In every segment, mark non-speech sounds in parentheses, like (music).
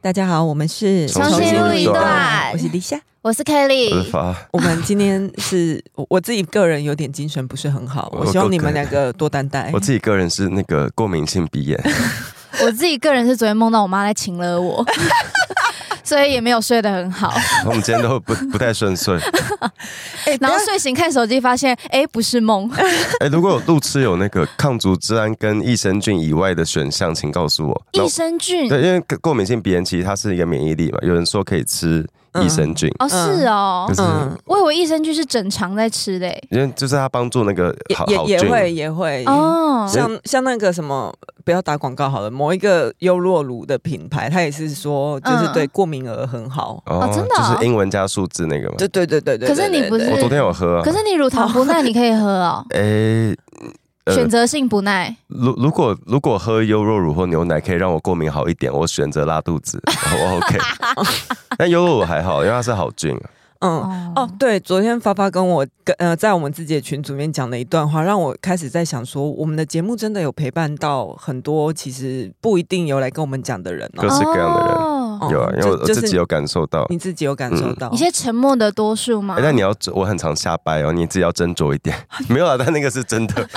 大家好，我们是重新录一段我是立夏。我是我 Kelly，是发，我们今天是我我自己个人有点精神不是很好，我我希望你们两个多担待我。自己个人是那个过敏性鼻炎， (laughs) 我自己个人是昨天梦到我妈在请 (laughs) 了我，所以也没有睡得很好。我们今天都不不太顺 (laughs) 遂。哎然等后一下睡醒看手机，发现哎、不 (laughs) 是梦，哎、如果有路痴有那个抗组织胺跟益生菌以外的选项，请告诉我。然益后生菌对，因为过敏性鼻炎其实它是一个免疫力嘛，有人说可以吃益生菌，哦，是哦可，是嗯，我以为益生菌是整肠在吃的、欸、因为就是它帮助那个好也好也也会菌。也会哦，像像那个什么，不要打广告好了。某一个优酪乳的品牌，它也是说，就是嗯对过敏儿很好。哦真的哦就是英文加数字那个嘛。对对对对对。可是你对对不是我昨天有喝、啊，可是你乳糖不耐，你可以喝哦，哎、 (laughs) 呃选择性不耐，如如果如果喝优酪乳或牛奶可以让我过敏好一点，我选择拉肚子， (laughs) 我 (laughs) OK。但优酪乳还好，因为它是好菌啊。嗯，哦哦，，对，昨天发发跟我跟呃，在我们自己的群组里面讲了一段话，让我开始在想说，我们的节目真的有陪伴到很多其实不一定有来跟我们讲的人各哦。式各样的人哦哦有啊，因为就我我就是自己有嗯感受到。你自己有感受到？你现在沉默的多数吗哎、？但你要我很常下掰哦，你自己要斟酌一点。 (laughs) 没有啊，但那个是真的。 (laughs)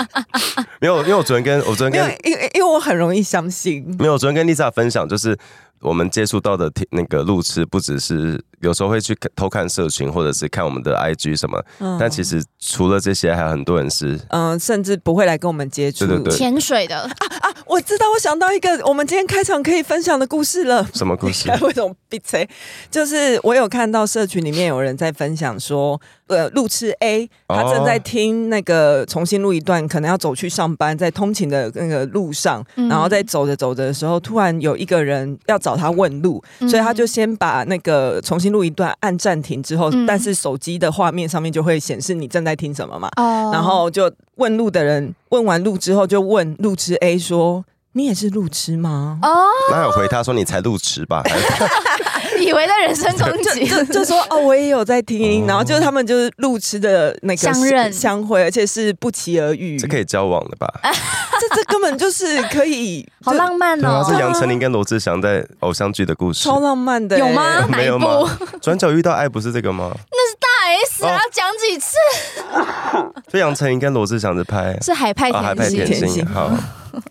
没有，因为我昨天跟我昨天因跟为因为因为我很容易相信，没有，我昨天跟 Lisa 分享，就是我们接触到的听那个路痴，不只是有时候会去看偷看社群，或者是看我们的 IG 什么。嗯但其实除了这些，还有很多人是嗯、甚至不会来跟我们接触。对对对潜水的，啊，我知道，我想到一个我们今天开场可以分享的故事了。什么故事？ (laughs) 为什么闭嘴？就是我有看到社群里面有人在分享说，呃，路痴 A 他正在听那个重新录一段，可能要走去上班，在通勤的那个路上，嗯 (laughs) 然后在走着走着的时候，突然有一个人要找他问路，所以他就先把那个重新录一段按暂停之后，嗯但是手机的画面上面就会显示你正在听什么嘛，哦然后就问路的人问完路之后，就问路痴 A 说：“你也是路痴吗？”哦， (laughs) 那有回他说你才路痴吧？还是以为在人身攻 (laughs) 击， (laughs) 就就说哦，我也有在听，哦然后就是他们就是路痴的那个相认 (laughs) 相会，而且是不期而遇，这可以交往的吧？这这根本就是可以， (laughs) 好就浪漫对啊，哦是。杨丞琳跟罗志祥在偶像剧的故事。超浪漫的、欸有吗？哪没一有部？吗？转角遇到爱不是这个吗？ S 哦啊，讲几次？就杨丞琳跟罗志祥在拍。是海派啊，还拍甜甜心。甜心心，好，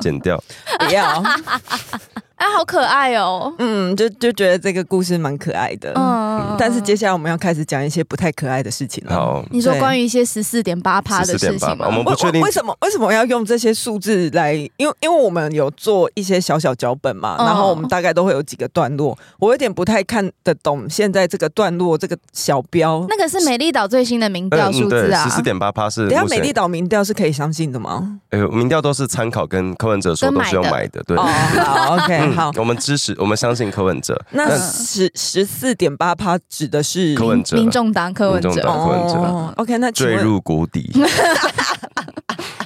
剪掉。 (laughs) 不要，啊，好可爱哦。嗯，就就觉得这个故事蛮可爱的。嗯，但是接下来我们要开始讲一些不太可爱的事情了。好，你说对关于一些十四点八趴的事情14.8吗？我们为不确定为什么为什么要用这些数字来？因为因为我们有做一些小小脚本嘛，嗯然后我们大概都会有几个段落。我有点不太看得懂现在这个段落这个小标。那个是美丽岛最新的民调数嗯字对，啊十，四点八趴是等一下目前美丽岛民调是可以相信的吗？哎呦，民调都是参考跟柯文哲说跟都是用买买的，对哦，。好，OK，嗯哦好。嗯我们支持，我们相信柯文哲。那但十十四点八趴指的是柯文哲民众党柯民文众哲党。柯文哲哦，OK，那请坠问入谷底，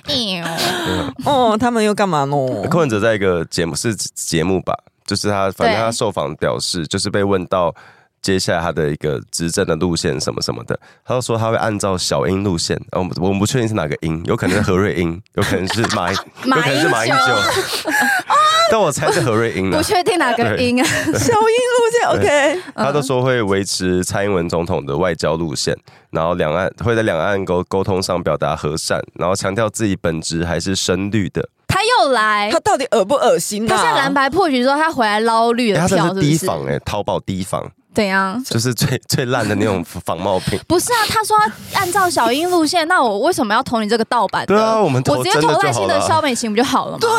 嗯哦，他们又干嘛呢？ (laughs) 柯文哲在一个节目是节目吧，就是他，反正对他受访表示，就是被问到接下来他的一个执政的路线什么什么的，他就说他会按照小英路线，呃我们我们不确定是哪个英，有可能是何瑞英，有可能是马英，有 (laughs) 马可英能九是马英九， (laughs) 但我猜是何瑞英啊不的。确定哪个音啊， (laughs) 小英路线 OK，他都说会维持蔡英文总统的外交路线，然后两岸会在两岸沟沟通上表达和善，然后强调自己本质还是深绿的。他又来他，到底恶不恶心哎他啊？像蓝白破局之后，他回来捞绿欸、的他真票，的是是不提是？防哎、淘宝提防怎样？就是最 (laughs) 最烂的那种仿冒品。不是啊，他说要按照小英路线，那我为什么要投你这个盗版的？ (laughs) 对啊我们投我直接真的投就赖清好德、了肖美琴不就好了吗？对啊，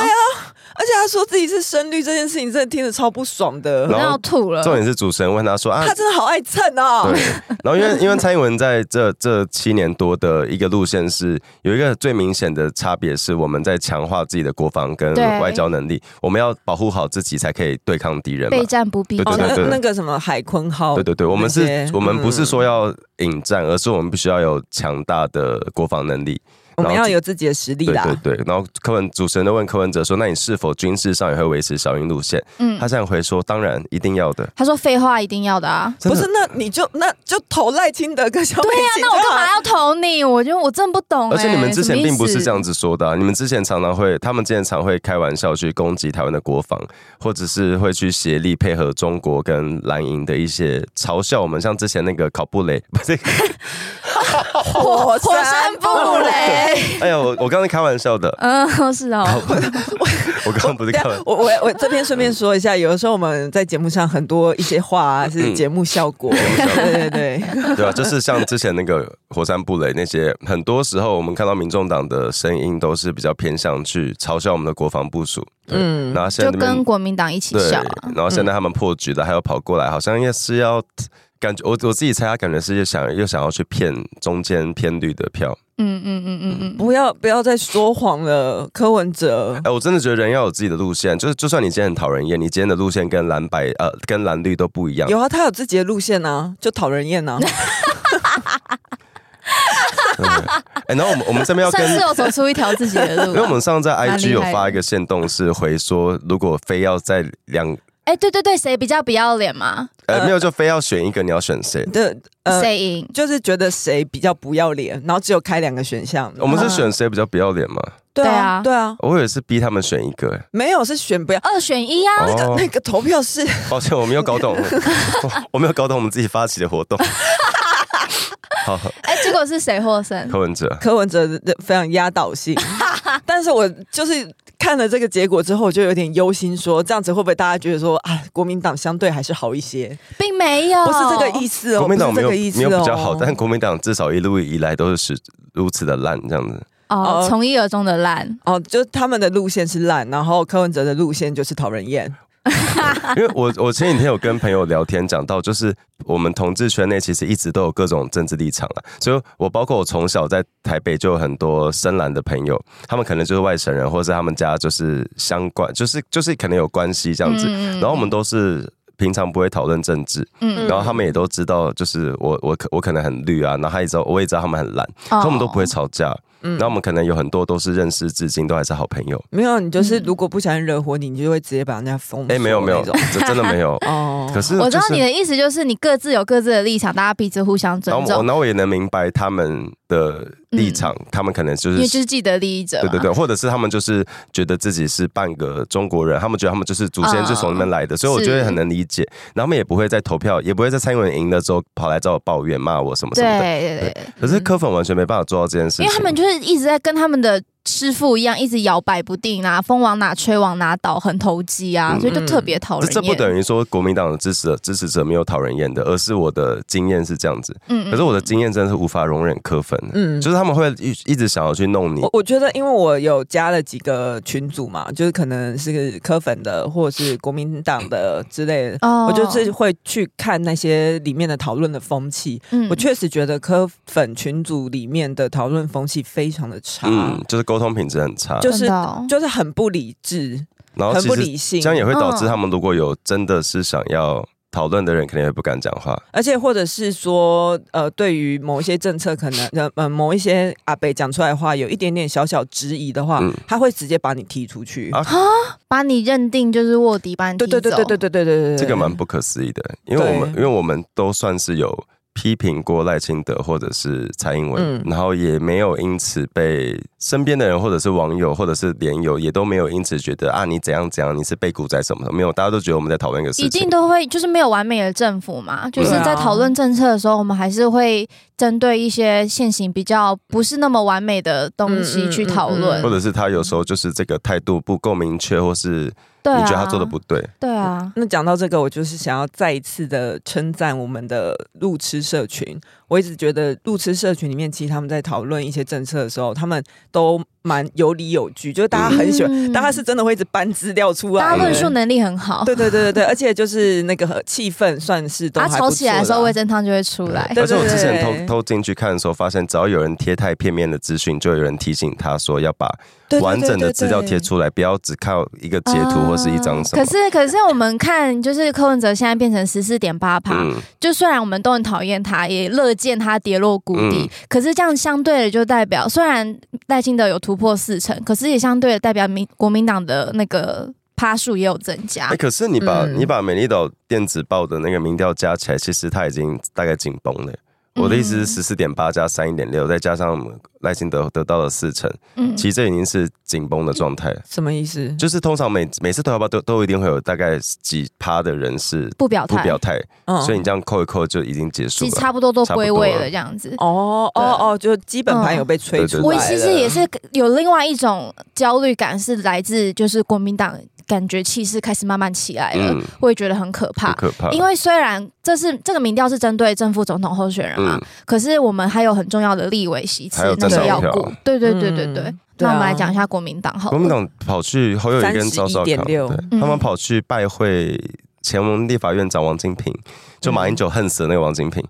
而且他说自己是深绿这件事情，真的听着超不爽的。然后要吐了。 (laughs) 重点是主持人问他说啊他，真的好爱蹭哦对。然后因 (laughs) 为因为蔡英文在这这七年多的一个路线是有一个最明显的差别是我们在强化自己的国防跟对外交能力，我们要保护好自己才可以对抗敌人嘛备。战不避对哦，对战那对那个什么海坤号，对对对，我们那些嗯是，我们不是说要引战，而是我们必须要有强大的国防能力。我们然后要就有自己的实力对啦。对对，然后柯文主持人就问柯文哲说：“那你是否军事上也会维持小英路线？”嗯哦他，这样回说：“当然，一定要的。他说废话一定要的啊。真不的是，那你就那就投赖清德跟小美 (laughs) 对呀、啊琴那我就干好嘛要投你？我就我真不懂、欸。而且你们之前并不是这 (laughs) 样子，子说的啊、你们之前常常会，他们之前常会开玩笑去攻击台湾的国防，或者是会去协力配合中国跟蓝营的一些嘲笑我们，像之前那个考布雷， (laughs) 不是，火火山布雷。哎呀，我我刚才开玩笑的， (laughs) 嗯，是哦，我刚刚不是对啊开玩笑， (laughs) 我我我这边顺便说一下，有的时候我们在节目上很多一些话啊是节目效果， (laughs) 对对对，对啊，就是像之前那个火山布雷那些，很多时候我们看到民众党的声音都是比较偏向去嘲笑我们的国防部署，嗯，然后现在就那边跟国民党一起对，笑啊、然后现在他们破局了，还要跑过来，好像也是要感觉我我自己猜，他感觉是又想又想要去骗中间偏绿的票。嗯嗯嗯嗯嗯，不要不要再说谎了，柯文哲。哎，我真的觉得人要有自己的路线，就是就算你今天很讨人厌，你今天的路线跟蓝白呃跟蓝绿都不一样。有啊，他有自己的路线啊，就讨人厌啊。哎，然后我们我们这边要算跟是有走出一条自 (laughs) 己的路因为我啊。们上次在蛮 IG 厉有害的发一个线动，是回说如果非要在两哎、对对对，谁比较不要脸嘛？呃呃没有就非要选一个，你要选谁？ (laughs) 对，呃，谁赢？就是觉得谁比较不要脸，然后只有开两个选项。我们是选谁比较不要脸吗？对啊啊对啊，我以为是逼他们选一个，哎没有是选不要。二选一啊！哦那个投票是抱歉，我没有 (laughs) 搞懂，我我没有搞懂我们自己发起的活动。好，哎、结果是谁获胜？柯文哲，柯文哲的非常压倒性，但是我就是看了这个结果之后，我就有点忧心说这样子会不会大家觉得说啊，国民党相对还是好一些？并没有，不是这个意思哦，国民党不没是这有个意思没哦，有比较好，但国民党至少一路以来都是如此的烂这样子。哦哦，从一而终的烂。哦，就他们的路线是烂，然后柯文哲的路线就是讨人厌。 (laughs) 因为我我前几天有跟朋友聊天，讲到就是我们同志圈内其实一直都有各种政治立场了，啊所以我包括我从小在台北就有很多深蓝的朋友，他们可能就是外省人，或是他们家就是相关，就是就是可能有关系这样子。嗯嗯嗯然后我们都是平常不会讨论政治，嗯然后他们也都知道，就是我我可我可能很绿啊，然后他也知道我也知道他们很懒，哦可我们都不会吵架。嗯，那我们可能有很多都是认识至今都还是好朋友。没有，你就是如果不小心惹火你，你就会直接把人家封。哎，没有没有，种。。这真的没有哦，可是我知道就是你的意思就是你各自有各自的立场，大家彼此互相然后尊我，重，嗯然后我也能明白他们的立场，他们可能就。因为就是呃是既得利益者对嘛。对对，或者是他们就是觉得自己是半个中国人，他们觉得他们就是祖先就从那边来的，所以我觉得是很能理啊解。然后他们也不会在投票，也不会在蔡英文赢了之后跑来找我抱怨骂我什么什么的。对对对，可是柯粉完全没办法做到这件事情，因为他们就是一直在跟他们的师傅一样，一直摇摆不定啊，风往哪吹往哪倒，很投机啊，嗯所以就特别讨这人这厌。不等于说国民党的支持者支持者没有讨人厌的，而是我的经验是这样子。嗯可是我的经验真的是无法容忍柯粉的，嗯就是他们会一一直想要去弄你我。我觉得，因为我有加了几个群组嘛，就是可能是科粉的，或者是国民党的之类的。哦我就是会去看那些里面的讨论的风气，嗯我确实觉得科粉群组里面的讨论风气非常的差，嗯，就是沟通品质很差，就真是的哦就是很不理智，然后很哦其不实理性这，样也会导致嗯他们如果有真的是想要讨论的人，肯定会不敢讲话。而且或者是说，呃，对于某一些政策，可能呃呃某一些阿北讲出来的话，有一点点小小质疑的话，嗯他会直接把你踢出去。啊把你认定就是卧底，把你对踢对走。对对对对对对对，这个蛮不可思议的，因为我们因对为我们都算是有批评过赖清德或者是蔡英文，嗯然后也没有因此被身边的人或者是网友或者是连友也都没有因此觉得啊你怎样怎样你是被股仔什么的，没有，大家都觉得我们在讨论一个事一定情。都会，就是没有完美的政府嘛。就是对啊在讨论政策的时候，我们还是会针对一些现行比较不是那么完美的东嗯嗯西嗯去讨嗯论。或者是他有时候就是这个态度不够明确，或是对啊，你觉得他做的不对，对啊，那讲到这个，我就是想要再一次的称赞我们的路痴社群。我一直觉得路痴社群里面，其实他们在讨论一些政策的时候，他们都蛮有理有据，就是大家很喜欢，嗯大家是真的会一直搬资料出来，大家哦论述。能力很好。对对对对对，而且就是那个气氛算是都他还不错啦。吵起来的时候，味噌汤就会出来对。而且我之前对同偷进去看的时候，发现只要有人贴太片面的资讯，就有人提醒他说要把对对对完整的资料对对哦贴出来，不要只靠一个截图或是一张什么。啊可是可是我们看，就是柯文哲现在变成十四点八趴，嗯，就虽然我们都很讨厌他，也乐见他跌落谷底，嗯可是这样相对的就代表，虽然赖清德有突破四成，可是也相对的代表民国民党的那个趴数也有增加哎、。可是你把、嗯你把美丽岛电子报的那个民调加起来，其实它已经大概紧绷了。我的意嗯思是十四点八加三一点六，再加上赖清德得到了四成，嗯其实这已经是紧绷的状态了。什么意思？就是通常每每次投票都都一定会有大概几趴的人是不表不态，表态，嗯所以你这样扣一扣就已经结束其实了。差不多都差不多啊归位了了这样子。哦哦哦，就基本盘有被吹嗯出来了。我其实也是有另外一种焦虑感，是来自就是国民党感觉气势开始慢慢起来了，嗯我也觉得很可不怕。可怕，因为虽然这是这个民调是针对正副总统候选人嘛，嗯可是我们还有很重要的立委席次还有，那政个党要票顾。对对对对对。嗯对那啊我们来讲一下国民党好了。国民党跑去侯友宜跟赵少康， 31.6对嗯他们跑去拜会前立法院长王金平，就嗯马英九恨死的那个王金 (laughs) 平，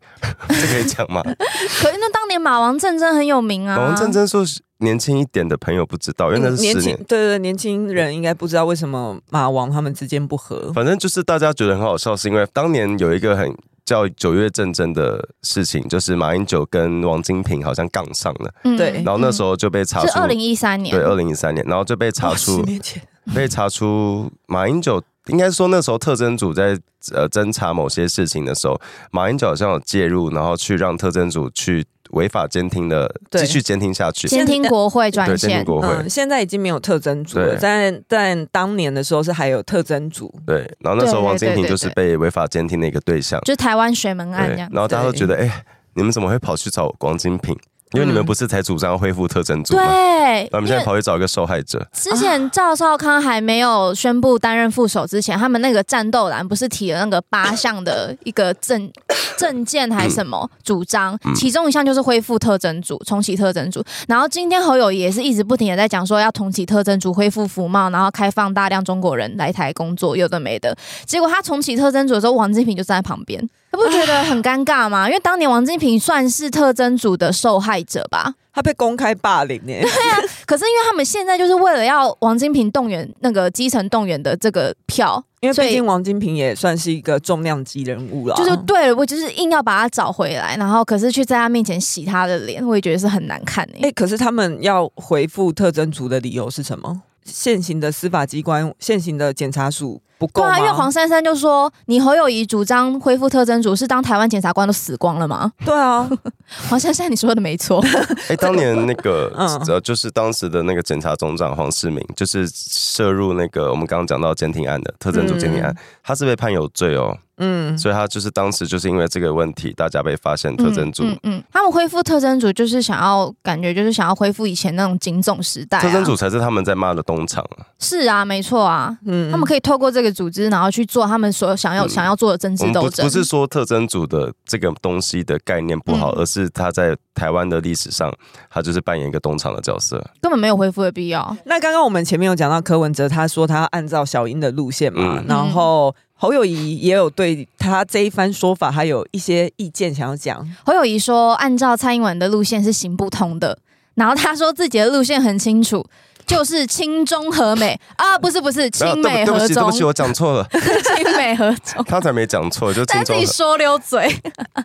这可以讲吗？可是那当年马王战争很有名啊。嗯王正真说是年轻一点的朋友不知道，因为那是嗯年十轻年对。对对年轻人应该不知道为什么马王他们之间不和。反正就是大家觉得很好笑，是因为当年有一个很叫九月战争的事情，就是马英九跟王金平好像杠上了，嗯对然后那时候就被查是出二零一三年，对，二零一三年，然后就被查哦十出年前被查出马英九，应该说那时候特侦组在呃侦查某些事情的时候，马英九好像有介入，然后去让特侦组去违法监听的，对继续监听下去，监听国会对，转监听线。国会。嗯，现在已经没有特征组了，对但但当年的时候是还有特征组，对，然后那时候对王金对平对就是对被违法监听的一个对象，就是台湾水门案对这样，然。后大家都觉得，哎、你们怎么会跑去找王金平？因为你们嗯不是才主张要恢复特征组吗？对，那我们现在跑去找一个受害者，之前赵少康还没有宣布担任副手之前，他们那个战斗栏不是提了那个八项的一个 (coughs) 政政见还是什么主张，其中一项就是恢复特征组、重启特征组。然后今天侯友宜也是一直不停的在讲说要重启特征组、恢复服贸，然后开放大量中国人来台工作，有的没的。结果他重启特征组的时候，王金平就站在旁边，他不觉得很尴尬吗？因为当年王金平算是特征组的受害者吧。他被公开霸凌哎、可是因为他们现在就是为了要王金平动员那个基层动员的这个票， (laughs) 因为所以毕竟王金平也算是一个重量级人物啦，嗯就是啊对了，我就是硬要把他找回来，然后可是却在他面前洗他的脸，我也觉得是很难看欸诶、哎、可是他们要回复特征组的理由是什么？现行的司法机关、现行的检察署不够对吗？啊，因为黄珊珊就说：“你侯友谊主张恢复特征组，是当台湾检察官都死光了吗 (laughs) 对啊，？”黄珊珊，你说的 (laughs) 没错，哎、当年那个嗯呃，就是当时的那个检察总长黄世明，就是涉入那个我们刚刚讲到监听案的特侦组监听案，嗯他是被判有罪哦，嗯， (laughs) 所以他就是当时就是因为这个问题，大家被发现特侦组。嗯嗯嗯他们恢复特征组就是想要感觉就是想要恢复以前那种警总时代、啊，特侦组才是他们在骂的东厂啊，是啊，没错啊，嗯他们可以透过这个组织，然后去做他们所有想要、嗯想要做的政我治们斗不争，不是说特侦组的这个东西的概念不好，嗯而是他在台湾的历史上，他就是扮演一个东厂的角色。根本没有恢复的必要。那刚刚我们前面有讲到柯文哲，他说他要按照小英的路线嘛，嗯然后侯友谊也有对他这一番说法还有一些意见想要讲，侯友谊说，按照蔡英文的路线是行不通的，然后他说自己的路线很 (laughs) 清楚，就是亲中和美啊，不是不是，没有亲对美不对和不起，对中不，起，我讲错 (laughs) 了，，亲美和中他才没讲错， (laughs) 就但轻中自己。说溜嘴。他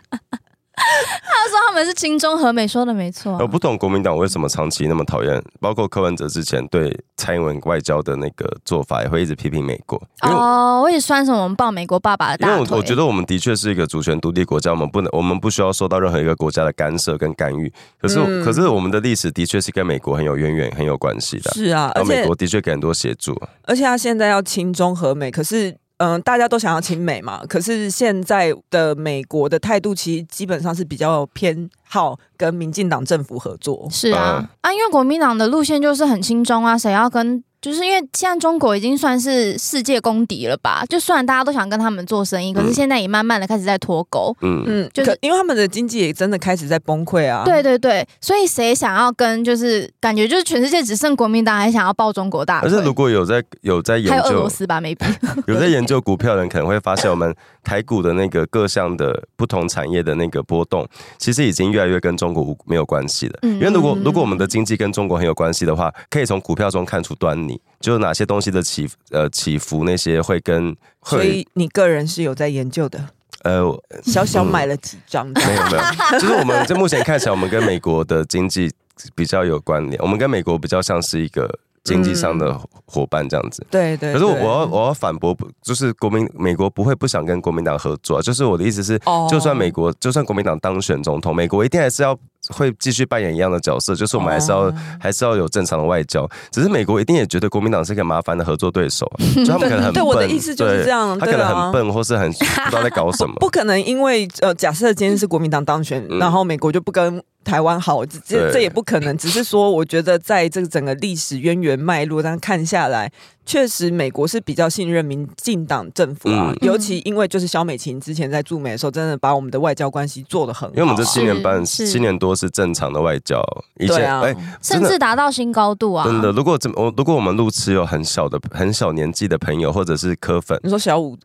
说他们是亲中和美，说的没错啊、呃我不懂国民党为什么长期那么讨厌，包括柯文哲之前对蔡英文外交的那个做法，也会一直批评美国。因为我、哦，我也酸什么我们抱美国爸爸的因为大我腿，我觉得我们的确是一个主权独立国家，我们不能，我们不需要受到任何一个国家的干涉跟干预。可是、嗯可是我们的历史的确是跟美国很有渊源、很有关系的。是啊，而然后美且国的确给很多协助，而且他现在要亲中和美，可是。嗯，大家都想要亲美嘛，可是现在的美国的态度其实基本上是比较偏好跟民进党政府合作。是啊、嗯啊，因为国民党的路线就是很轻中啊，谁要跟？就是因为现在中国已经算是世界公敌了吧？就虽然大家都想跟他们做生意，可是现在也慢慢的开始在脱钩。嗯，嗯，就就是是因为他们的经济也真的开始在崩溃啊。对对对，所以谁想要跟就是感觉就是全世界只剩国民党还想要抱中国大而且如腿，果有在有在研还有俄究 (laughs) 罗斯吧，maybe 有在研究股票的人，可能会发现我们台股的那个各项的不同产业的那个波动，其实已经越来越跟中国无没有关系了。嗯因为如果嗯如果我们的经济跟中国很有关系的话，可以从股票中看出端倪，就是哪些东西的起呃起伏，那些会跟所会以你个人是有在研究的，呃小小买了几张这没样。有没有，就是我们在目前看起来，我们跟美国的经济比较有关联，我们跟美国比较像是一个经济上嗯的伙伴这样子。对对，可是我对我要我要反驳，不就是国民美国不会不想跟国民党合作、啊，就是我的意思是，哦就算美国就算国民党当选总统，美国一定还是要会继续扮演一样的角色，就是我们还是要、哦还是要有正常的外交。只是美国一定也觉得国民党是一个麻烦的合作对手、啊，就他们可能 (laughs) 很笨，对我的意思就是对这样他可对能啊很笨，或是很 (laughs) 不知道在搞什么。不可能，因为呃，假设今天是国民党当选，嗯然后美国就不跟台湾好，这这对这也不可能。只是说，我觉得在这个整个历史渊源脉络上看下来，确实美国是比较信任民进党政府啊嗯，尤其因为就是萧美琴之前在驻美的时候，真的把我们的外交关系做得很好啊，因为我们这七年半、是七年多是正常的外交，以对前啊哎、真甚的至达到新高度啊！真的，如果这我如果我们路痴有很小的很小年纪的朋友，或者是科粉，你说小五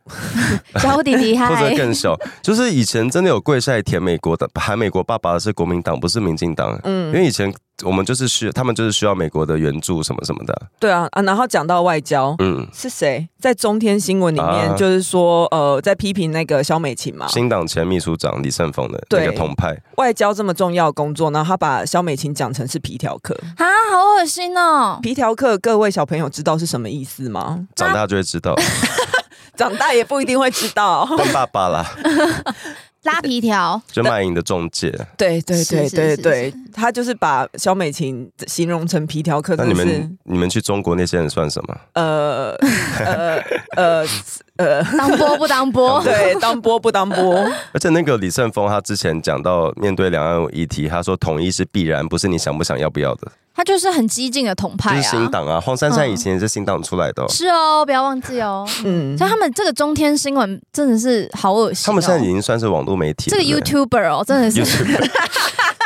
小 (laughs) 弟弟嗨或，者更小，就是以前真的有跪下来舔美国的，喊美国爸爸的是国民党，不是民进党。因嗯，为以前我们就是需，他们就是需要美国的援助什么什么的。对啊啊，然后讲到外交。嗯，是谁在中天新闻里面啊，就是说，呃，在批评那个萧美琴哦嘛？新党前秘书长李胜峰的那个对同派，外交这么重要的工作，然后他把萧美琴讲成是皮条客。啊，好恶心哦！皮条客，各位小朋友知道是什么意思吗？长大就会知道， (laughs) 长大也不一定会知道。问爸爸啦，拉皮 (laughs) 条，就卖淫的中介。 (laughs) 对对对是是对是对是，他就是把萧美琴形容成皮条客，那真你的是们你们去中国那些人算什么？呃呃呃呃，当播不当播，对，当播不当播， (laughs) 而且那个李胜峰他之前讲到面对两岸议题，他说统一是必然，不是你想不想要不要的，他就是很激进的统就派是新啊。党啊。黄珊珊以前也是新党出来的哦、是哦，不要忘记哦。嗯所以他们这个中天新闻真的是好恶心、哦。他们现在已经算是网络媒体了。这个 YouTuber 哦，真的是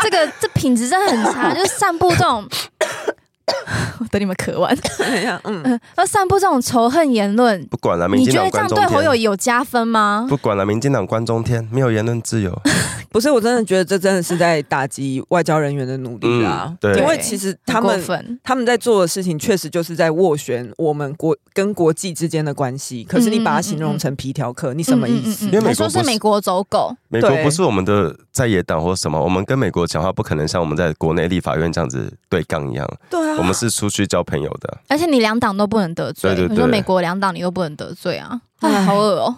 这个这品质真的很差，就是散布这 (laughs) 种。 (laughs) 我等你们咳完，哎呀嗯，要散布这种仇恨言论，不管了，民你进觉党得这关样中对侯友天。宜有加分吗？不管了，民进党关中天，没有言论自 (laughs) 由。不是，我真的觉得这真的是在打击外交人员的努力啊嗯，对因为其实他很过们分，他们在做的事情，确实就是在斡旋我们国跟国际之间的关系。可是你把它形容成皮条客，你什么意思？因为美国嗯还说不是是美国走狗，美国对不是我们的在野党或什么，我们跟美国讲话不可能像我们在国内立法院这样子对杠一样，对啊，我们是出去交朋友的。而且你两党都不能得罪。对对对我说美国两党你都不能得罪啊，唉哎，好恶哦。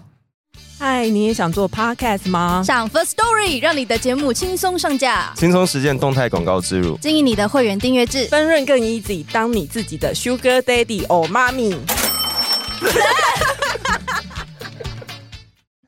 嗨，哎你也想做 podcast 吗？上 First Story 让你的节目轻松上架，轻松实践动态广告植入，经营你的会员订阅制。分润更 easy，当你自己的 sugar daddy or mommy。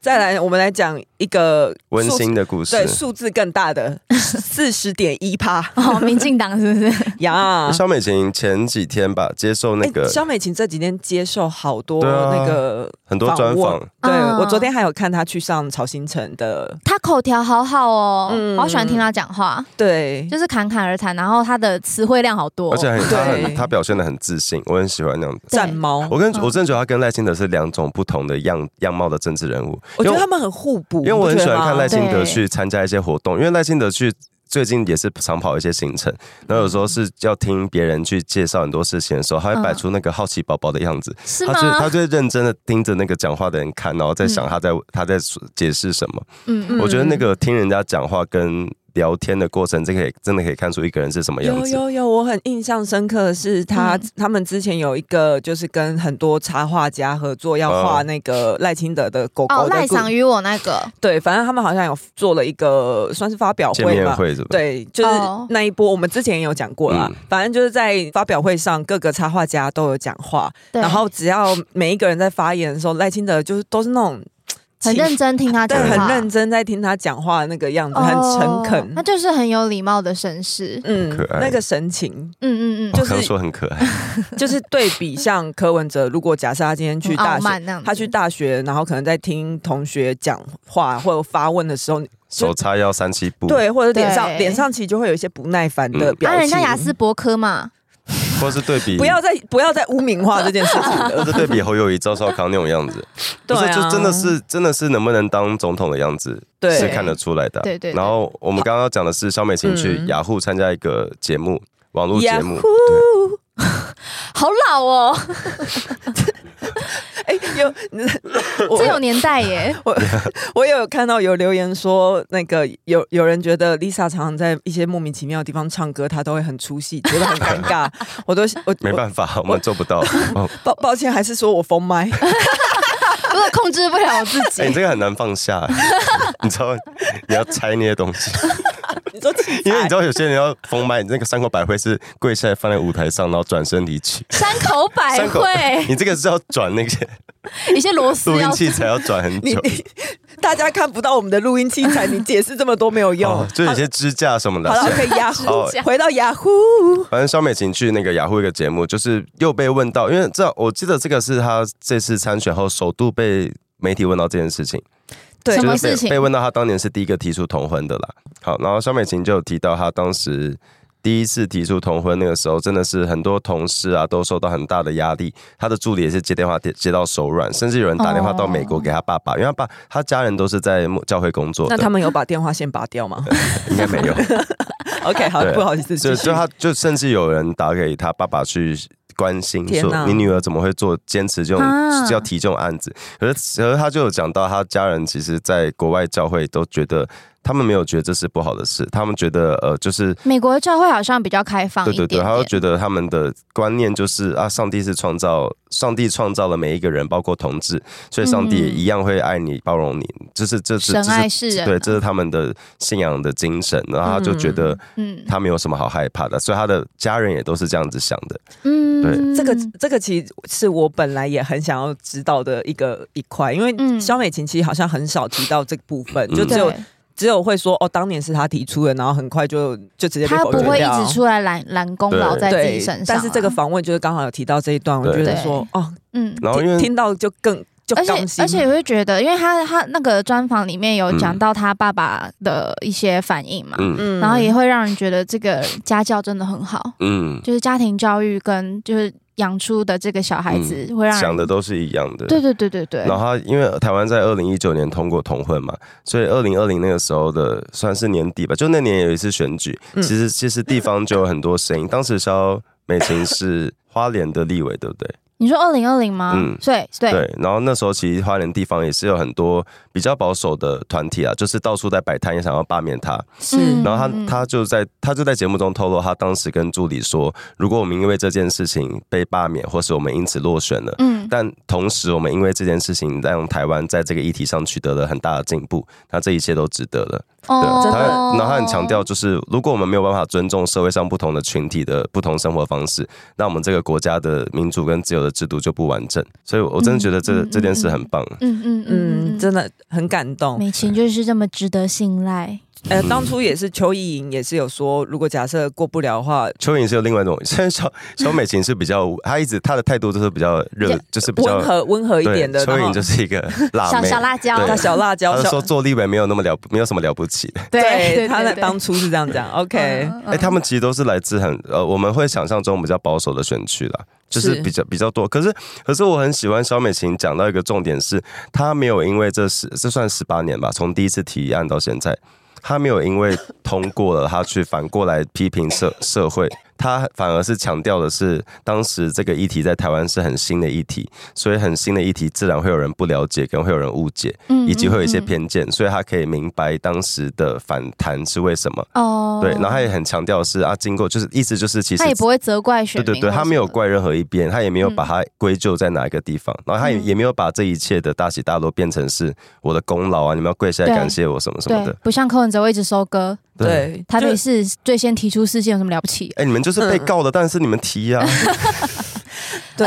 再来，我们来讲一个温数馨的故事哎对。数字更大 (laughs) 的四十点一趴 (laughs) 哦，民进党是不是？ (laughs) 啊呀。肖美琴前几天吧，接受那个哎萧美琴这几天接受好多对啊那个很多专访访问，对啊我昨天还有看她去上曹新城的，他口条好好哦，嗯我好喜欢听他讲话，对，就是侃侃而谈，然后他的词汇量好多，而且很他对很他表现的很自信，我很喜欢那样子。战猫。我跟哦嗯我真的觉得他跟赖清德是两种不同的样样貌的政治人物，我觉得因为他们很互补，因为我很你不喜觉得欢看吗赖清德对去参加一些活动，因为赖清德去最近也是常跑一些行程，然后有时嗯候是要听别人去介绍很多事情的时候，他会摆出那个好奇宝宝的样子，是他就他吗？就会认真的盯着那个讲话的人看，然后在想嗯他在、他在说解释什么。嗯嗯我觉得那个听人家讲话跟聊天的过程，这个也真的可以看出一个人是什么样有子。有有，我很印象深刻的是他、嗯他们之前有一个就是跟很多插画家合作，要画哦那个赖清德的狗狗，哦的赖故、赏与我那个，对，反正他们好像有做了一个算是发表见会面吧。会是吧？，对，就是哦那一波，我们之前也有讲过啦。嗯反正就是在发表会上，各个插画家都有讲话，对然后只要每一个人在发言的时候，赖清德就是都是那种很情认真听他对讲话，很认真在听他讲话的那个样子，哦，很诚恳。那就是很有礼貌的绅士。嗯可，爱那个神情嗯嗯嗯，就我是刚说很可爱， (laughs) 就是对比，像柯文哲，如果假设他今天去很嗯傲大学，慢那样子，他去大学，然后可能在听同学讲话或者发问的时候， (laughs) 手叉腰三七步。对，或者脸上对脸上其实就会有一些不耐烦的嗯表啊，情。 (laughs) 人家雅思伯科嘛，或是对比不要再不要再污名化这件事情 (laughs) 了。或是对比侯友谊、赵少康那种样子，不对是啊，就真的是真的是能不能当总统的样子，对是看得出来的。对对对然后我们刚刚讲的是肖美琴去嗯雅虎参加一个节目，网络节目， Yahoo 对好老哦，哎、有 (laughs) 我 (laughs) 这有年代耶。我也 (laughs) 有看到有留言说，那个有有人觉得 Lisa 常常在一些莫名其妙的地方唱歌，她都会很出戏，觉得很尴尬。我都我没我办法，我们做 (laughs) 不到。哦，抱抱歉，还是说我封 (laughs) 麦。不是控制不了我自哎，你己，这个很难放下， (laughs) 你知道你要拆那些东 (laughs) 西，你说器因为你材知道有些人要封麦，你那个山口百惠是跪下来放在舞台上，然后转身离去。山口百哎山口惠，你这个是要转那些一些螺丝录音要器材要转很你久， (laughs) 你大家看不到我们的录音器 (laughs) 材，你解释这么多没有用。哦，就有些支架什么的。好了，现在可以雅虎哦，回到雅虎。反正肖美琴去那个雅虎一个节目，就是又被问到，因为这我记得这个是她这次参选后首度被媒体问到这件事情，对什么就是被事情被问到她当年是第一个提出同婚的啦。好，然后肖美琴就有提到她当时。第一次提出同婚那个时候，真的是很多同事啊都受到很大的压力，她的助理也是接电话接接到手软，甚至有人打电话到美国给她爸爸，因为她爸她家人都是在教会工作的，那他们有把电话线拔掉 (laughs) 吗应该没有。 ？OK，好，对不呃好意思，就继续就他就甚至有人打给他爸爸去关心，天哪说你女儿怎么会做坚持这种、啊要提这种案子？可是可是他就有讲到，他家人其实在国外教会都觉得他们没有觉得这是不好的事，他们觉得呃就是。美国的教会好像比较开放对一对点对，他点，就觉得他们的观念就是啊，上帝是创造，上帝创造了每一个人，包括同志，所以上帝也一样会爱你、包容你，就是这是这神爱是世人，啊对，这是他们的信仰的精神。然后他就觉得嗯他没有什么好害怕的，所以他的家人也都是这样子想的。嗯，这个这个其实是我本来也很想要知道的一个一块，因为嗯肖美琴其实好像很少提到这部分，就嗯只有对只有会说哦，当年是他提出的，然后很快就就直接被他否不决会掉。一直出来揽揽功劳对在自己对身上但啊，，是这个访问就是刚好有提到这一段，我觉对得说哦，嗯。然后因听为听到就更就而且刚心，而且，我会觉得，因为他他那个专访里面有讲到他爸爸的一些反应嘛，嗯嗯然后也会让人觉得这个家教真的很好，嗯，就是家庭教育跟就是养出的这个小孩子会让嗯人想的都是一样的。啊对对对对对然，后他因为台湾在二零一九年通过同婚嘛，所以二零二零那个时候的算是年底吧，就那年有一次选举，嗯其实其实地方就有很多声音。当时肖美琴是花莲的立委，对不对？你说二零二零吗？嗯对对，对。然后那时候其实花莲地方也是有很多比较保守的团体啊，就是到处在摆摊，也想要罢免他。是嗯然后他他就在他就在节目中透露，他当时跟助理说，如果我们因为这件事情被罢免，或是我们因此落选了。嗯，但同时，我们因为这件事情让台湾在这个议题上取得了很大的进步，那这一切都值得了。对，哦，他然后他很强调，就是如果我们没有办法尊重社会上不同的群体的不同生活方式，那我们这个国家的民主跟自由的制度就不完整。所以，我真的觉得这、嗯嗯这件事很棒。嗯，嗯嗯嗯，嗯，真的很感动。美琴就是这么值得信赖，呃，当初也是邱意莹也是有说，如果假设过不了的话，蚯蚓是有另外一种，现在小小美琴是比较，她一直她的态度都是比较热，就是比较温和温和一对点的，蚯然蚓后就 (laughs) 是一个辣小妹，小辣椒，大对小辣椒她就说小，做立委没有那么了不，没有什么了不起的。对，他对在对嗯当初是这样讲。OK，嗯嗯哎、他们其实都是来自很呃，我们会想象中比较保守的选区啦，就是是比较比较多。可是可是我很喜欢肖美琴讲到一个重点是，她没有因为这是这算十八年吧，从第一次提案到现在，她没有因为通过了，她去反过来批评社社会。她反而是强调的是，当时这个议题在台湾是很新的议题，所以很新的议题自然会有人不了解，跟会有人误解，嗯以及会有一些嗯嗯偏见，所以她可以明白当时的反弹是为什么。哦，对，然后他也很强调是啊，经过就是意思就是其实他也不会责怪选对民或对什么的，对，他没有怪任何一边，他也没有把嗯它归咎在哪一个地方，然后他也、嗯也没有把这一切的大起大落变成是我的功劳啊，你们要跪下来对感谢我什么什么对的，，不像柯文哲会一直收割，对，台就北市最先提出事件有什么了不起？啊哎、你们就是嗯被告的，但是你们提啊呀、嗯对嗯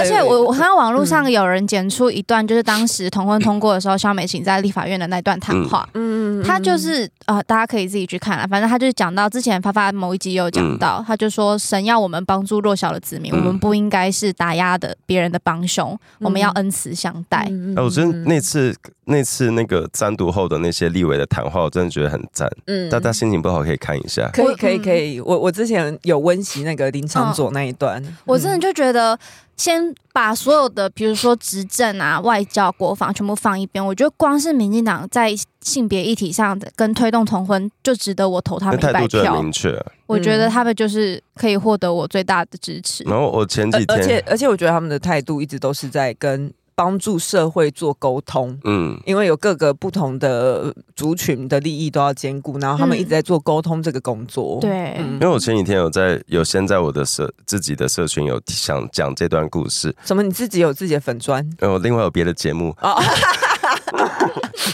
而且我我看到网络上有人剪出一段，就是当时同婚通过的时候，肖美琴在立法院的那段谈话。嗯，她他就是呃，大家可以自己去看啊。反正他就是讲到之前发发某一集有讲到，他就说神要我们帮助弱小的子民，嗯我们不应该是打压的别人的帮凶，我们要嗯恩慈相待。嗯哎、我真的那次那次那个单独后的那些立委的谈话，我真的觉得很赞。嗯大家心情不好可以看一下。可以我可以嗯可以，我我之前有温习那个林长佐那一段，哦我嗯真的就觉得，先把所有的，比如说执政啊、外交、国防，全部放一边。我觉得光是民进党在性别议题上的跟推动同婚，就值得我投他那们一态度百就很票。明确。我觉嗯得他们就是可以获得我最大的支持。然后我前几呃而而且天，而且我觉得他们的态度一直都是在跟帮助社会做沟通。嗯，因为有各个不同的族群的利益都要兼顾，然后他们嗯一直在做沟通这个工作。对嗯因为我前几天有在有先在我的社自己的社群有想讲这段故事，什么你自己有自己的粉砖然后另外有别的节目，哦，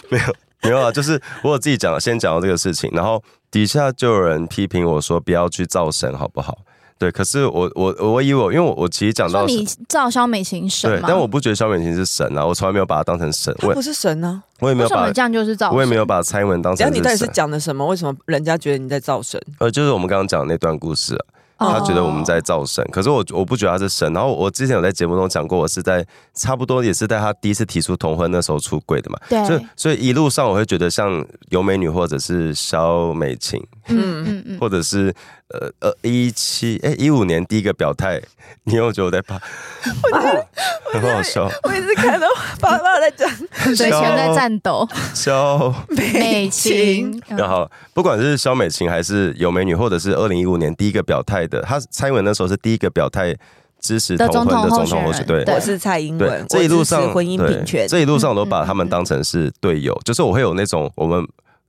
没有啊，就是我有自己讲，先讲到这个事情，然后底下就有人批评我说不要去造神，好不好？对，可是我我我以为我因为我我其实讲说到你照肖美琴对神，吗？但我不觉得萧美琴是神啊，我从来没有把她当成神，他我 (laughs) 也不是神啊呢、我也没为有什么把这样就是照神？我也没有把蔡英文当只要成你是到底是神，讲的什么，为 (laughs) 什么人家觉得你在造神？呃，就是我们刚刚讲的那段故事啊，哦，他觉得我们在造神，可是我我不觉得他是神。然后我之前有在节目中讲过，我是在差不多也是在他第一次提出同婚那时候出柜的嘛，对，嗯所以所以一路上我会觉得像尤美女或者是肖美琴，嗯嗯嗯，或者是呃呃一七哎一五年第一个表态， (laughs) 你有觉得我在怕，很好笑，我一直看到爸爸在讲水前在战 (laughs) 斗，肖。美琴，嗯然后，不管是肖美琴还是有美女，或者是二零一五年第一个表态的，她蔡英文那时候是第一个表态支持的同婚的总统总统候候选选人人，对对我是蔡英对文，，这一我路支持上婚姻对平权。这一路上我都嗯把嗯他们嗯当成是队友，就是我会有那种我们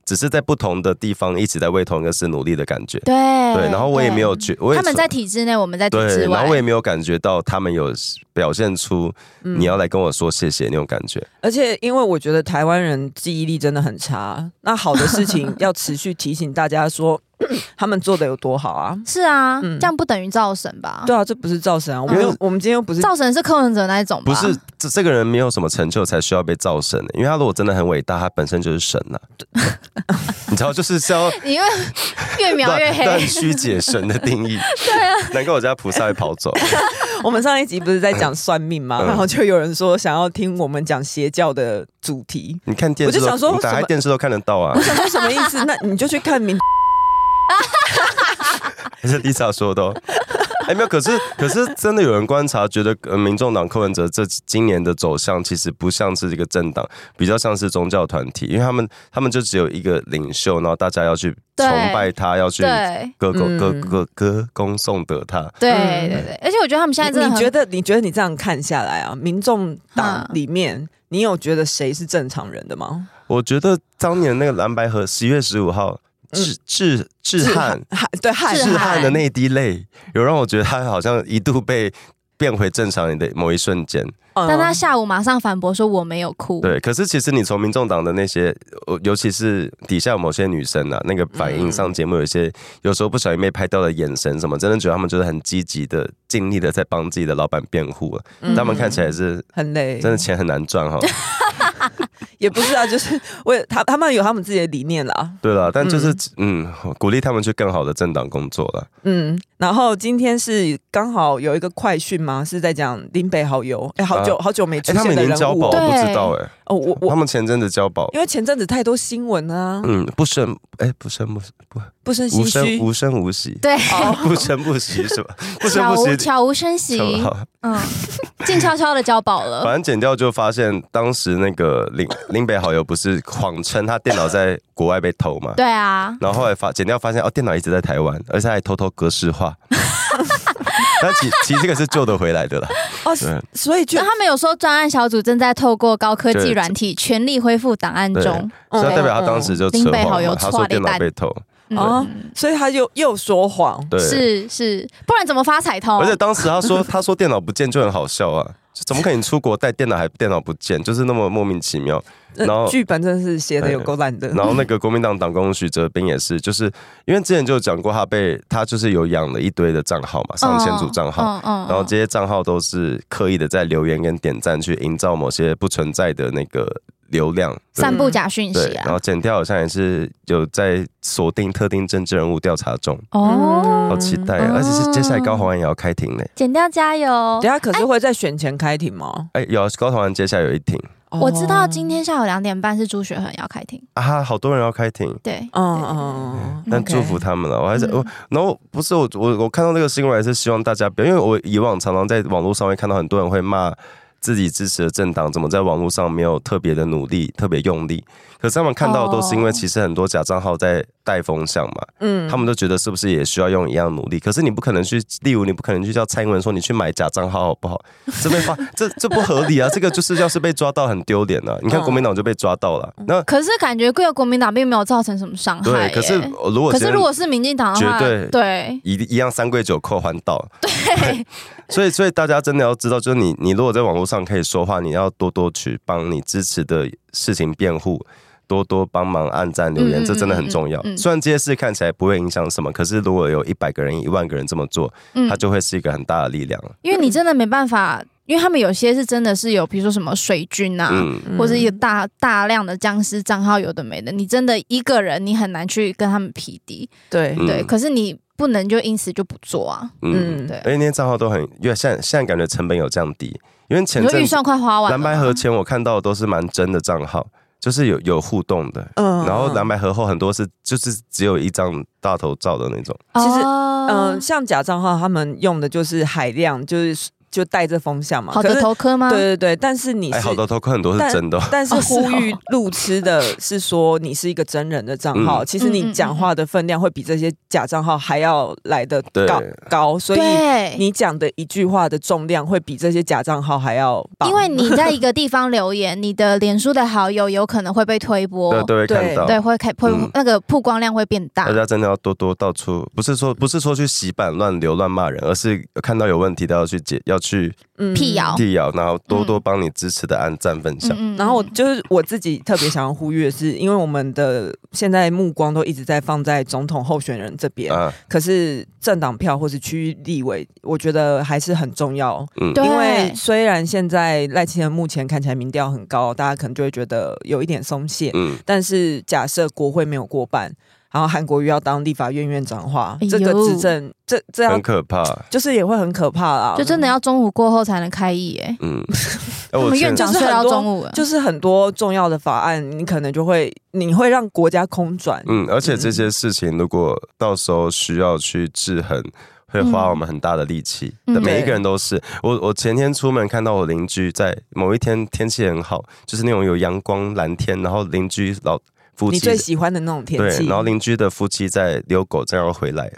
只是在不同的地方一起在为同一个事努力的感觉。对对，然后我也没有觉，我也他们从在体制内，我们在体对，制然外后我。也没有感觉到他们有表现出嗯你要来跟我说谢谢那种感觉。而且因为我觉得台湾人记忆力真的很差，那好的事情要持续提醒大家说 (coughs) 他们做的有多好啊。是啊，嗯这样不等于造神吧？对啊，这不是造神啊，我们又我们今天又不是造神是柯文哲那一种吧？不是这这个人没有什么成就才需要被造神的，因为他如果真的很伟大，他本身就是神呐、你知道，就是是要你越 (laughs) 越描越断黑。曲解神的定义。对啊，难怪我家菩萨会跑走。 (laughs) 我们上一集不是在讲算命吗？嗯然后就有人说想要听我们讲邪教的主题，你看电视我就都，想说你打什开么电视都看得到啊我。想说什么意思？那你就去看明 (laughs) 还是 Lisa 说 (laughs) 的、哦。哎，没有，可是可是真的有人观察，觉得呃，民众党柯文哲这今年的走向其实不像是一个政党，比较像是宗教团体，因为他们他们就只有一个领袖，然后大家要去对崇拜他，要去对歌歌歌嗯歌歌恭颂得他。对嗯对对，而且我觉得 (laughs) 他们现在真的你很你觉得你觉得你这样看下来啊，民众党嗯里面，你有觉得谁是正常人的吗？我觉得当年那个蓝白河十一月十五号，嗯志志志汉汉对汉是志汉汉的那一滴泪，有让我觉得他好像一度被变回正常人的某一瞬间。嗯但他下午马上反驳说我没有哭。对，可是其实你从民众党的那些，呃尤其是底下有某些女生啊，那个反嗯应上节目有一些，有时候不小心被拍到的眼神什么，真的觉得他们就是很积极的、尽力的在帮自己的老板辩护了。啊嗯他们看起来是很累，真的钱很难赚 (laughs) 哈。也不是啊，就是为他他们有他们自己的理念啦。对了，但就是嗯，我鼓励他们去更好的政党工作了。嗯，然后今天是刚好有一个快讯嘛，是在讲林北好友，哎，好久、好久没出哎，他现们已的经人交物保，哦对我不知道哎，哦，我他我们前阵子交保。因为前阵子太多新闻啊，嗯，不声哎，不声不不不胜无唏声嘘。无声无息， (laughs) 对，不声不息是吧？不声悄不息，悄无声息，好嗯，静悄悄的交保 (laughs) 反了。正剪掉就发现，当时那个林林北好友不是谎称他电脑在国外被偷嘛？对啊，然后后来发剪掉发现哦，电脑一直在台湾，而且还偷偷格式化。 (laughs) 但其其实这个是救得回来的啦。哦对，所以就那他们有说专案小组正在透过高科技软体全力恢复档案中。所以代表嗯他当时就林扯北好谎友嘛，他错说了一电脑单被偷，嗯哦，所以他又又说谎，对。是哦是，不然怎么发彩通而？且当时他 (laughs) 说他说电脑不见就很好笑啊，就怎么可能出国带电脑还电脑不见，就是那么莫名其妙。然后那剧本真的是写的有够烂的。嗯然后哦那个国民党党工许哲斌也是，就是因为之前就讲过他被他就是有养了一堆的账号嘛，上千组账号，嗯嗯然后这些账号都是刻意的在留言跟点赞去营造某些不存在的那个流量，对散布假讯对息，然啊后。剪掉好像也是有在锁定特定政治人物调查中，嗯哦，好期待啊！而且是接下来高虹安也要开庭嘞，剪掉加油等！下可是会在选前开庭吗？哎，有啊高虹安接下来有一庭哎我知道今天，天下午两点半是朱雪恒要开庭，啊哈，好多人要开庭。对，嗯对嗯，嗯但祝福他们了，我还是我，嗯然后不是我我我看到那个新闻，还是希望大家不要，因为我以往常常在网络上会看到很多人会骂自己支持的政党怎么在网络上没有特别的努力、特别用力，可是他们看到的都是因为哦其实很多假账号在带风向嘛，嗯他们都觉得是不是也需要用一样努力？可是你不可能去，例如你不可能去叫蔡英文说你去买假账号好不 (laughs) 好？这被发这这不合理啊！这个就是要是被抓到很丢脸啊！你看嗯国民党就被抓到了，那可是感觉各个国民党并没有造成什么伤害对，嗯耶。可是如果可今是天如果是民进党的话，绝对对一一样三跪九叩还 (laughs) 道，对， (laughs) 所以所以大家真的要知道，就是你你如果在网络上可以说话，你要多多去帮你支持的事情辩护。多多帮忙按赞留言，嗯嗯这真的很重要。嗯嗯嗯虽然这些事看起来不会影响什么，可是如果有一百个人、一万个人这么做，嗯它就会是一个很大的力量。因为你真的没办法，因为他们有些是真的是有，比如说什么水军啊，嗯，或者有大大量的僵尸账号，有的没的，你真的一个人你很难去跟他们匹敌，对，嗯对。可是你不能就因此就不做啊，嗯，嗯对。而且那些账号都很，因为现在现在感觉成本有降低，因为前你说阵预子算快花完了蓝吗，白河前我看到的都是蛮真的账号，就是有有互动的，嗯然后蓝白，白河后很多是就是只有一张大头照的那种，其实哦嗯，像假账号他们用的就是海量，就是就带着风向嘛。好可的是头啊科吗？对对对，但是你哎，好是多头盔很多是真的哦，但是哦呼是哦吁路痴的是说你是一个真人的账号，嗯其实你讲话的分量会比这些假账号还要来的对高高，所以对你讲的一句话的重量会比这些假账号还要棒。因为你在一个地方留言，你的脸书的好友有可能会被推播，对都会看到。对会开会、嗯那个曝光量会变大大。家真的要多多到处，不是说不是说去洗版乱流乱骂人，而是看到有问题的要去解，要去嗯辟谣辟谣，然后多多嗯帮你支持的按赞分享。嗯然后我就是我自己特别想要呼吁的是，因为我们的现在目光都一直在放在总统候选人这边，啊，可是政党票或是区域立委，我觉得还是很重要。嗯，对因为虽然现在赖清德目前看起来民调很高，大家可能就会觉得有一点松懈，嗯，但是假设国会没有过半，然后韩国瑜要当立法院院长的话，哎呦这个执政这这样很可怕。就是也会很可怕啦。就真的要中午过后才能开议耶。嗯，哎我我们前院长就是睡很到多中午啊了，就是很多重要的法案，你可能就会你会让国家空转。嗯，而且这些事情如果到时候需要去制衡，会花嗯我们很大的力气。嗯对每一对个人都是。我我前天出门看到我邻居在某一天天气很好，就是那种有阳光蓝天，然后邻居老夫你妻最喜欢的那种天对气，，然后邻居的夫妻在遛狗，这样回来，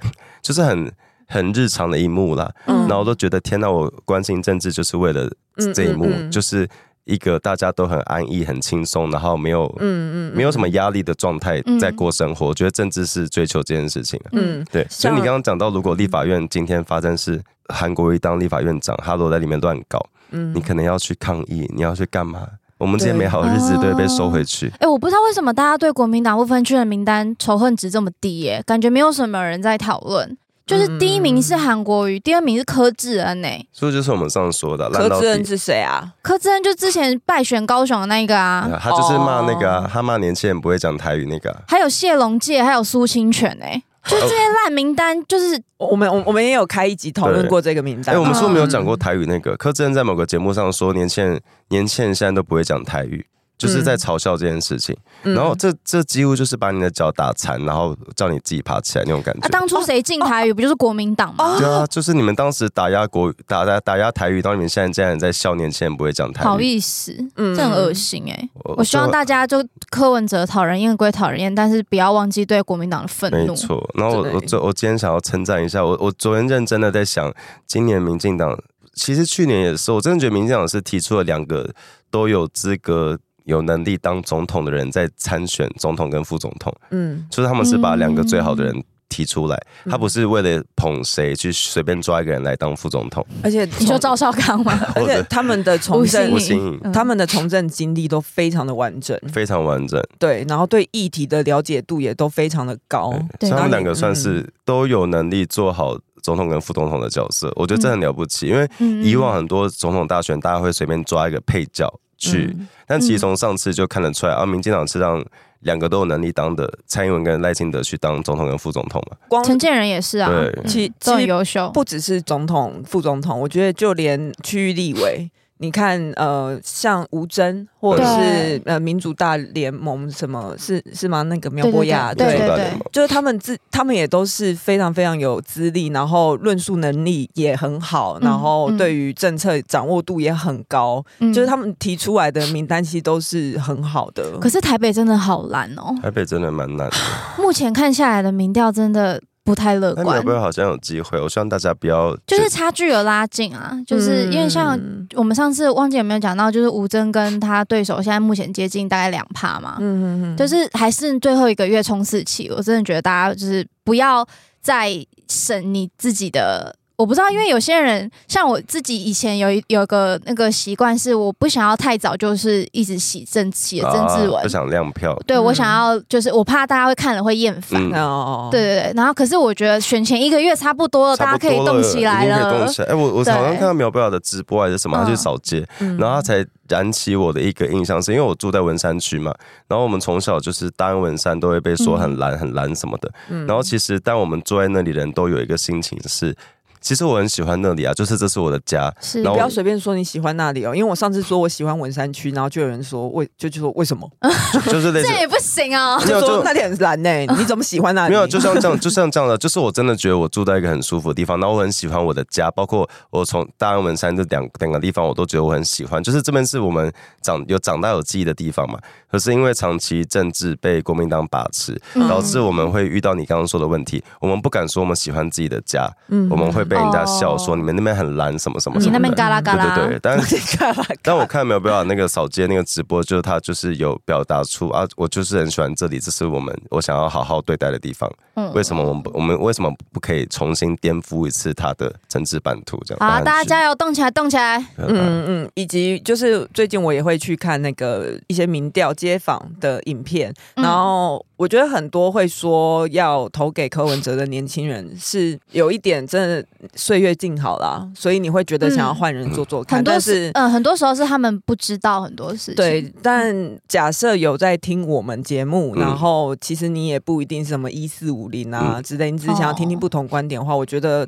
就是很很日常的一幕啦。嗯然后我都觉得天呐，我关心政治就是为了嗯这一幕，嗯嗯就是一个大家都很安逸、很轻松，然后没有嗯没有什么压力的状态嗯在过生活。我觉得政治是追求这件事情、啊。嗯，对，所像以你刚刚讲到，如果立法院今天发生是韩国瑜当立法院长，哈罗在里面乱搞，嗯你可能要去抗议，你要去干嘛？我们这些美好的日子都对哦会被收回去。哎、我不知道为什么大家对国民党不分区的名单仇恨值这么低耶、感觉没有什么人在讨论。嗯就是第一名是韩国瑜，第二名是柯志恩诶、所以就是我们上说的，烂柯到志恩底。是谁啊？柯志恩就之前败选高雄的那一个啊，他就是骂那个啊、哦他骂年轻人不会讲台语那个啊、哦还有谢龙介，还有苏清泉诶、就这些烂名单，就是啊我们我我们也有开一集讨论对过这个名哎、单。嗯我们是不是没有讲过台语那个？柯志恩在某个节目上说，年轻人年轻人现在都不会讲台语，就是在嘲笑这件事情。嗯然后这这几乎就是把你的脚打残，然后叫你自己爬起来那种感觉。啊，当初谁哦进台语不就是国民党吗？ (laughs) 对啊，就是你们当时打压国打打打压台语，到你们现在竟然在笑年轻人不会讲台语，好意思，嗯这很恶心哎、我我希望就大家就柯文哲讨人厌归讨人厌，但是不要忘记对国民党的愤没怒。错。然后我对我昨我今天想要称赞一下，我我昨天认真的在想，今年民进党其实去年也是，我真的觉得民进党是提出了两个都有资格。有能力当总统的人在参选总统跟副总统，嗯就是他们是把两个最好的人提出来，嗯他不是为了捧谁去随便抓一个人来当副总统。而且你说赵少康吗？ (laughs) 而且他们的从 (laughs) 吴吴政，欣欣颖嗯他们的从政经历都非常的完整，非常完整，对，然后对议题的了解度也都非常的高。嗯所哦对嗯以他然后们你嗯两个算是都有能力做好总统跟副总统的角色，我觉得这很了不起，因为嗯以往很多总统大选，大家会随便抓一个配角去。嗯但其实从上次就看得出来，啊，民进党是让两个都有能力当的蔡英文跟赖清德去当总统跟副总统嘛。光陈建仁也是啊，对嗯其都其很实优秀。不只是总统、副总统，我觉得就连区域立委，你看，呃，像吴征或者是呃民主大联盟什么，是是吗？那个苗博雅，对对民主大对联盟就是他们自他们也都是非常非常有资历，然后论述能力也很好，嗯然后嗯对于政策掌握度也很高，嗯就是他们提出来的名单其实都是很好的。可是台北真的好烂哦，台北真的蛮难的，目前看下来的民调真的不太乐但苗观不，会好像有机会，我希望大家不要就是差距有拉近啊，就是因为像嗯我们上次忘记有没有讲到，就是吴征跟他对手现在目前接近大概两趴嘛，嗯嗯就是还是最后一个月冲刺期，我真的觉得大家就是不要再省你自己的。我不知道，因为有些人像我自己以前有一有一个那个习惯，是我不想要太早就是一直写政写政治文，啊不想亮票。对我嗯想要就是我怕大家会看了会厌烦。嗯哦，对对对，然后可是我觉得选前一个月差不多了，哦大家可以差不多动了起来已经可以了动。起来。哎、我我对好像看到苗博雅的直播还是什么，他去嗯扫街，嗯，然后他才燃起我的一个印象，是因为我住在文山区嘛，然后我们从小就是大安文山都会被说很蓝、很蓝什么的，嗯然后其实当我们坐在那里的人都有一个心情是，其实我很喜欢那里啊，就是这是我的家，是，然后不要随便说你喜欢那里哦，因为我上次说我喜欢文山区，然后就有人说为就就说为什么？就就是 (laughs) 类似这也不行哦。没就有说就那里很蓝呢、你怎么喜欢那里？没有，就像这样，就像这样的，就是我真的觉得我住在一个很舒服的地方，然后我很喜欢我的家，包括我从大安文山这两两个地方，我都觉得我很喜欢。就是这边是我们长有长大有记忆的地方嘛，可是因为长期政治被国民党把持，嗯导致我们会遇到你刚刚说的问题，我们不敢说我们喜欢自己的家，嗯我们会被人家笑说哦你们那边很蓝什么什么你什那么边的。嘎啦嘎对啦，对对，但 (laughs) 你看吧 (laughs) 但我看苗不要那个扫街那个直播，就是他就是有表达出啊，我就是很喜欢这里，这是我们我想要好好对待的地方。嗯为什么我们不我们为什么不可以重新颠覆一次他的政治版图？这样好，啊大家加油，动起来，动起来！嗯，嗯嗯，以及就是最近我也会去看那个一些民调街访的影片，嗯然后我觉得很多会说要投给柯文哲的年轻人是有一点真的岁月静好啦，所以你会觉得想要换人做做看，嗯很多但事是，。嗯，很多时候是他们不知道很多事情。对，但假设有在听我们节目，嗯然后其实你也不一定是什么一四五零啊之类，你只是想要听听哦不同观点的话，我觉得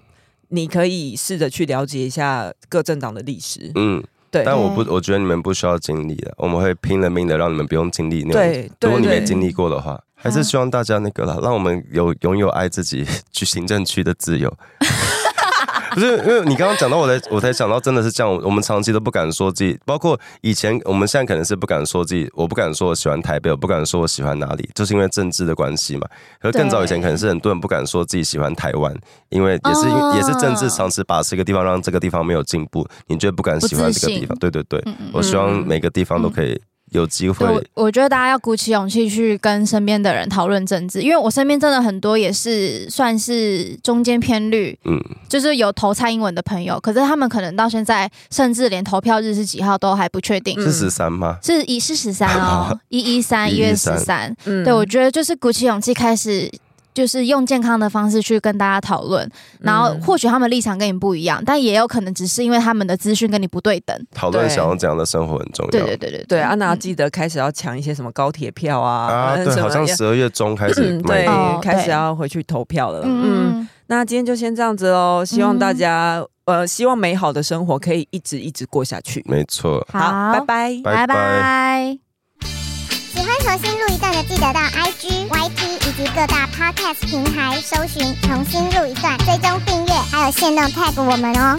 你可以试着去了解一下各政党的历史。嗯，对，但我不，我觉得你们不需要经历的，我们会拼了命的让你们不用经历那种。对，如对果你对没经历过的话，还嗯是希望大家那个啦，让我们有拥有爱自己 (laughs) 去行政区的自由。 (laughs) 不是，因为你刚刚讲到，我才我才想到，真的是这样。我们长期都不敢说自己，包括以前，我们现在可能是不敢说自己，我不敢说我喜欢台北，我不敢说我喜欢哪里，就是因为政治的关系嘛。可是更早以前，对可能是很多人不敢说自己喜欢台湾，因为也是因、哦也是政治长期把持一个地方，让这个地方没有进步，你就不敢喜欢这个地不方。对对对，嗯嗯我希望嗯每个地方都可以有机会对，我我觉得大家要鼓起勇气去跟身边的人讨论政治，因为我身边真的很多也是算是中间偏绿，嗯，就是有投蔡英文的朋友，可是他们可能到现在甚至连投票日是几号都还不确定，嗯是十三吗？是一是十三哦，一一三一月十三，嗯对我觉得就是鼓起勇气开始。就是用健康的方式去跟大家讨论，然后嗯或许他们立场跟你不一样，但也有可能只是因为他们的资讯跟你不对等。讨论对想要怎样的生活很重要。对对对对对，安娜嗯记得开始要抢一些什么高铁票啊，啊，嗯对，什好么像要十二月中开始嗯卖对的。哦，开始对要回去投票了。嗯，嗯，那今天就先这样子喽，希望大嗯家呃，希望美好的生活可以一直一直过下去。没错，好，拜拜。拜拜拜。喜欢重新录一段的，记得到 IG、YT 以及各大 Podcast 平台搜寻“重新录一段”，追踪订阅，还有限定 tag 我们哦。